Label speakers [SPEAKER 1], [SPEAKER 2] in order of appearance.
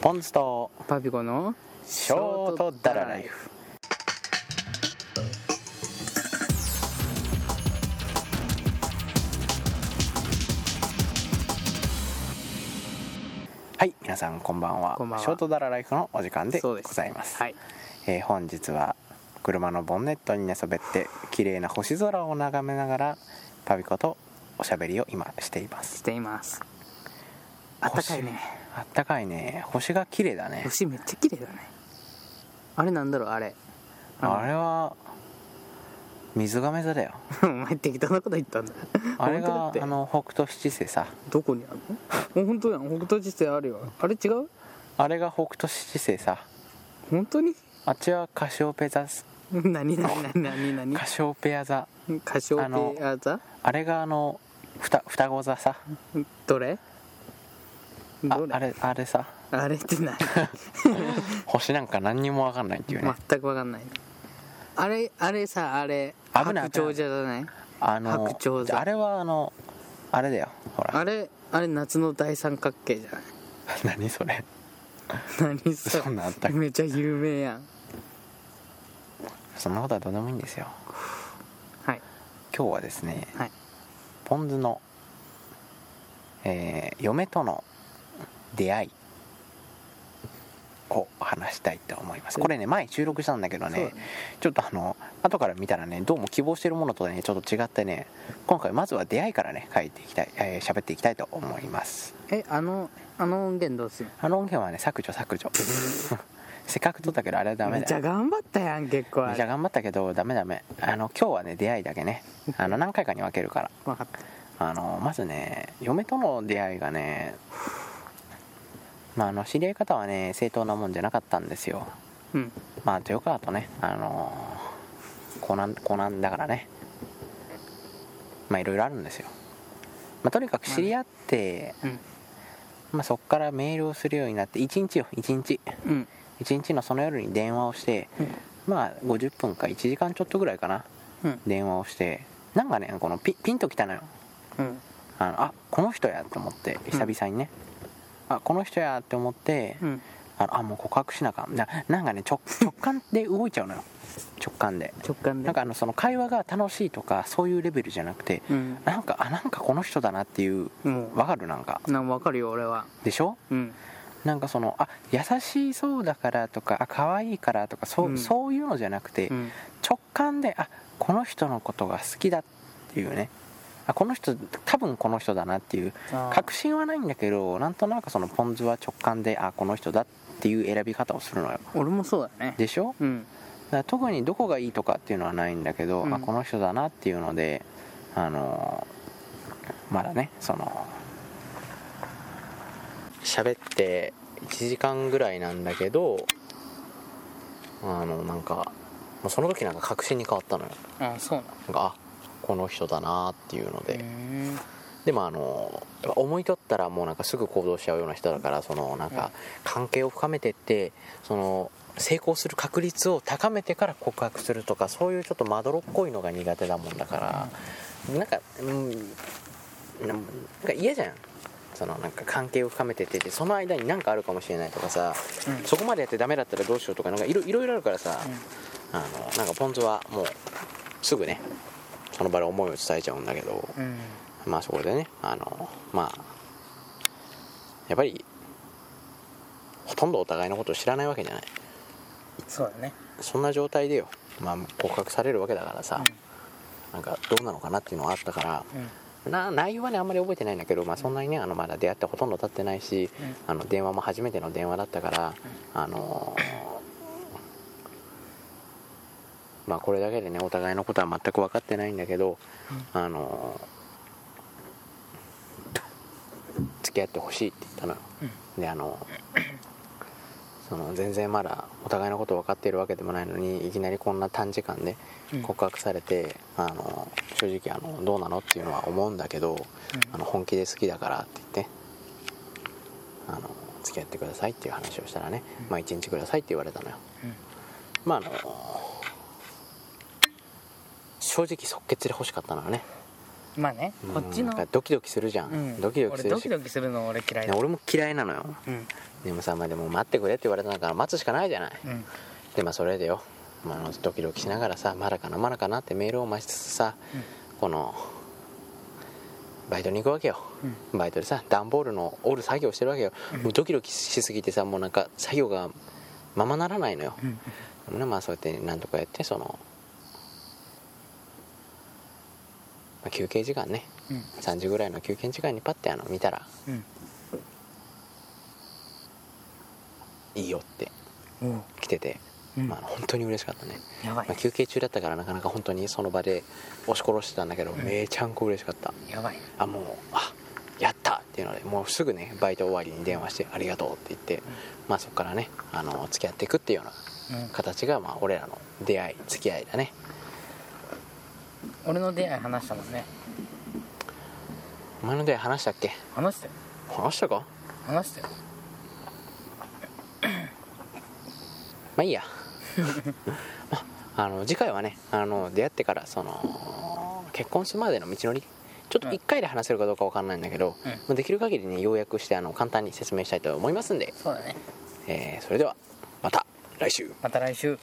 [SPEAKER 1] ポンスと
[SPEAKER 2] パピコの
[SPEAKER 1] ショートダラライフはい皆さんこんばんは
[SPEAKER 2] こんばんは
[SPEAKER 1] ショートダラライフのお時間でございます
[SPEAKER 2] はい
[SPEAKER 1] えー本日は車のボンネットに寝そべって綺麗な星空を眺めながらパビコとおしゃべりを今しています
[SPEAKER 2] していますあったかいね
[SPEAKER 1] 星あったかいね星が綺麗だね
[SPEAKER 2] 星めっちゃ綺麗だねあれなんだろうあれ の
[SPEAKER 1] あれは水亀座だよ
[SPEAKER 2] お前適当なこと言ったんだ
[SPEAKER 1] あれ
[SPEAKER 2] 本当だ
[SPEAKER 1] が
[SPEAKER 2] って
[SPEAKER 1] あの北斗七星さ
[SPEAKER 2] どこにあるのお本当やん北斗地星あるよあれ違う
[SPEAKER 1] あれが北斗七星さ
[SPEAKER 2] 本当に
[SPEAKER 1] あっちはカシオペザス
[SPEAKER 2] 何何何何何
[SPEAKER 1] カシオペア座
[SPEAKER 2] カシオペア座
[SPEAKER 1] あれがあのふた双子座さ
[SPEAKER 2] どれ
[SPEAKER 1] あ
[SPEAKER 2] どれ
[SPEAKER 1] あれあれさ
[SPEAKER 2] あれって 何
[SPEAKER 1] 星なんか何にも分かんないっていうね、
[SPEAKER 2] 全く分かんないあれあれさあれ
[SPEAKER 1] 危ない
[SPEAKER 2] 白鳥じゃない
[SPEAKER 1] あの
[SPEAKER 2] 白鳥座
[SPEAKER 1] あれはあのあれだよほら
[SPEAKER 2] あれあれ夏の大三角形じゃない
[SPEAKER 1] 何それ
[SPEAKER 2] 何さ
[SPEAKER 1] そんなんあったっけ
[SPEAKER 2] めちゃ有名やん
[SPEAKER 1] そんなことはどうでもいいんですよ
[SPEAKER 2] はい
[SPEAKER 1] 今日はですね
[SPEAKER 2] はい
[SPEAKER 1] ポン酢の、えー嫁との出会いを話したいと思いますこれね前収録したんだけど
[SPEAKER 2] そう
[SPEAKER 1] ね
[SPEAKER 2] だね
[SPEAKER 1] ちょっとあの後から見たらねどうも希望してるものとねちょっと違ってね今回まずは出会いからね書いていきたいえー喋、っていきたいと思います
[SPEAKER 2] えあのあの音源どうする
[SPEAKER 1] あの音源はね削除削除 せっかく撮ったけどあれはダメ
[SPEAKER 2] め
[SPEAKER 1] だ
[SPEAKER 2] ち
[SPEAKER 1] よ
[SPEAKER 2] ゃ頑張ったやん結構あ
[SPEAKER 1] めちゃ
[SPEAKER 2] れ
[SPEAKER 1] 頑張ったけどダメダメあの今日はね出会いだけねあの何回かに分けるから
[SPEAKER 2] 分かった
[SPEAKER 1] あのまずね嫁との出会いがねまああの知り合い方はね正当なもんじゃなかったんですよ
[SPEAKER 2] うん
[SPEAKER 1] まあ豊川とねあのコナンコナンだからねまあいろいろあるんですよ、まあ、とにかく知り合って、
[SPEAKER 2] うん
[SPEAKER 1] まあ、そっからメールをするようになって1日よ1日
[SPEAKER 2] うん
[SPEAKER 1] 1日のその夜に電話をしてまあ50分か1時間ちょっとぐらいかな
[SPEAKER 2] うん
[SPEAKER 1] 電話をしてなんかねこのピピンときたのよ
[SPEAKER 2] うん
[SPEAKER 1] あのあこの人やと思って久々にね、あこの人やって思って、
[SPEAKER 2] うん
[SPEAKER 1] あのあもう告白しなあかんななんかね直 直感で動いちゃうのよ直感で
[SPEAKER 2] 直感で
[SPEAKER 1] なんかあのその会話が楽しいとかそういうレベルじゃなくて
[SPEAKER 2] うん
[SPEAKER 1] なんかあなんかこの人だなっていう
[SPEAKER 2] も
[SPEAKER 1] わかるなんか
[SPEAKER 2] うなんか分かるよ俺は
[SPEAKER 1] でしょ
[SPEAKER 2] うん
[SPEAKER 1] なんかそのあ優しそうだからとかあ可愛いからとかそう,、
[SPEAKER 2] うん
[SPEAKER 1] そういうのじゃなくて、
[SPEAKER 2] うん
[SPEAKER 1] 直感であこの人のことが好きだっていうねあこの人多分この人だなっていう
[SPEAKER 2] あー
[SPEAKER 1] 確信はないんだけどなんとなくそのポン酢は直感であこの人だっていう選び方をするのよ
[SPEAKER 2] 俺もそうだね
[SPEAKER 1] でしょ
[SPEAKER 2] うん
[SPEAKER 1] だから特にどこがいいとかっていうのはないんだけど、
[SPEAKER 2] うん
[SPEAKER 1] あこの人だなっていうのであのーまだねその喋って1時間ぐらいなんだけどあのなんかもうその時なんか確信に変わったのよ
[SPEAKER 2] ああそうな
[SPEAKER 1] なんかあこの人だなっていうので、
[SPEAKER 2] ん
[SPEAKER 1] でもあのやっぱ思いとったらもうなんかすぐ行動しちゃうような人だからそのなん
[SPEAKER 2] うん
[SPEAKER 1] か関係を深めてってその成功する確率を高めてから告白するとかそういうちょっとまどろっこいのが苦手だもんだからなんかうんなんか嫌じゃんそのなんか関係を深めてってその間に何かあるかもしれないとかさ
[SPEAKER 2] うん
[SPEAKER 1] そこまでやってダメだったらどうしようとかなんかいろいろいろあるからさあのなんかポン酢はもうすぐねその場で思いを伝えちゃうんだけど。
[SPEAKER 2] うん
[SPEAKER 1] まあそこでねあのまあやっぱりほとんどお互いのことを知らないわけじゃない
[SPEAKER 2] そうだね
[SPEAKER 1] そんな状態でよ、まあ、告白されるわけだからさ、なんかどうなのかなっていうのはあったから
[SPEAKER 2] うん
[SPEAKER 1] な内容はねあんまり覚えてないんだけど、まあ、そんなにねあのまだ出会ってほとんど経ってないし、あの電話も初めての電話だったから、あのまあこれだけでねお互いのことは全く分かってないんだけど、あの付き合ってほしいって言ったのよ、であのその全然まだお互いのこと分かっているわけでもないのにいきなりこんな短時間で
[SPEAKER 2] うん
[SPEAKER 1] 告白されて、あの正直あのどうなのっていうのは思うんだけど、あの本気で好きだからって言ってあの付き合ってくださいっていう話をしたらね、まあ1日くださいって言われたのよ、
[SPEAKER 2] うん
[SPEAKER 1] まああの正直即決で欲しかったのよね
[SPEAKER 3] まあね
[SPEAKER 1] うん
[SPEAKER 3] こっちの
[SPEAKER 1] なんかドキドキするじゃん、
[SPEAKER 3] うん
[SPEAKER 1] ドキドキす
[SPEAKER 3] 俺
[SPEAKER 1] る
[SPEAKER 3] ド
[SPEAKER 1] し
[SPEAKER 3] キドキするの俺嫌い
[SPEAKER 1] ね
[SPEAKER 3] だ
[SPEAKER 1] 俺も嫌いなのよ
[SPEAKER 3] うん
[SPEAKER 1] でもさ、まあ、でも待ってくれって言われたんだから待つしかないじゃない
[SPEAKER 3] うん
[SPEAKER 1] でまあそれでよ、まああの、ドキドキしながらさまだかなまだかなってメールを待ちつつさ、このバイトに行くわけよ、バイトでさ段ボールの折る作業してるわけよ、もうドキドキしすぎてさもうなんか作業がままならないのよ、
[SPEAKER 3] うん
[SPEAKER 1] でもねまあそうやってなんとかやってその、まあ、休憩時間ね
[SPEAKER 3] うん
[SPEAKER 1] 3時ぐらいの休憩時間にパッてあの見たら
[SPEAKER 3] うん
[SPEAKER 1] いいよって
[SPEAKER 3] おう
[SPEAKER 1] 来てて、
[SPEAKER 3] うん
[SPEAKER 1] まあ、本当に嬉しかったね、
[SPEAKER 3] やばい
[SPEAKER 1] まあ、休憩中だったからなかなか本当にその場で押し殺してたんだけど、めちゃんこ嬉しかった
[SPEAKER 3] やばい
[SPEAKER 1] あもうあやったっていうのでもうすぐねバイト終わりに電話して「ありがとう」って言って、まあ、そこからねあの付き合っていくっていうよう
[SPEAKER 3] う
[SPEAKER 1] なん形が、まあ、俺らの出会い付き合いだね
[SPEAKER 3] 俺の出会い話したもんね
[SPEAKER 1] お前の出会い話したっけ
[SPEAKER 3] 話したよ
[SPEAKER 1] 話したか
[SPEAKER 3] 話したよ
[SPEAKER 1] まあいいや、まあ、あの次回はねあの出会ってからその結婚するまでの道のりちょっと
[SPEAKER 3] うん
[SPEAKER 1] 1回で話せるかどうかわかんないんだけど、
[SPEAKER 3] うん
[SPEAKER 1] まあできる限りね要約してあの簡単に説明したいと思いますんで、
[SPEAKER 3] そうだね
[SPEAKER 1] えーそれではまた来週
[SPEAKER 3] また来週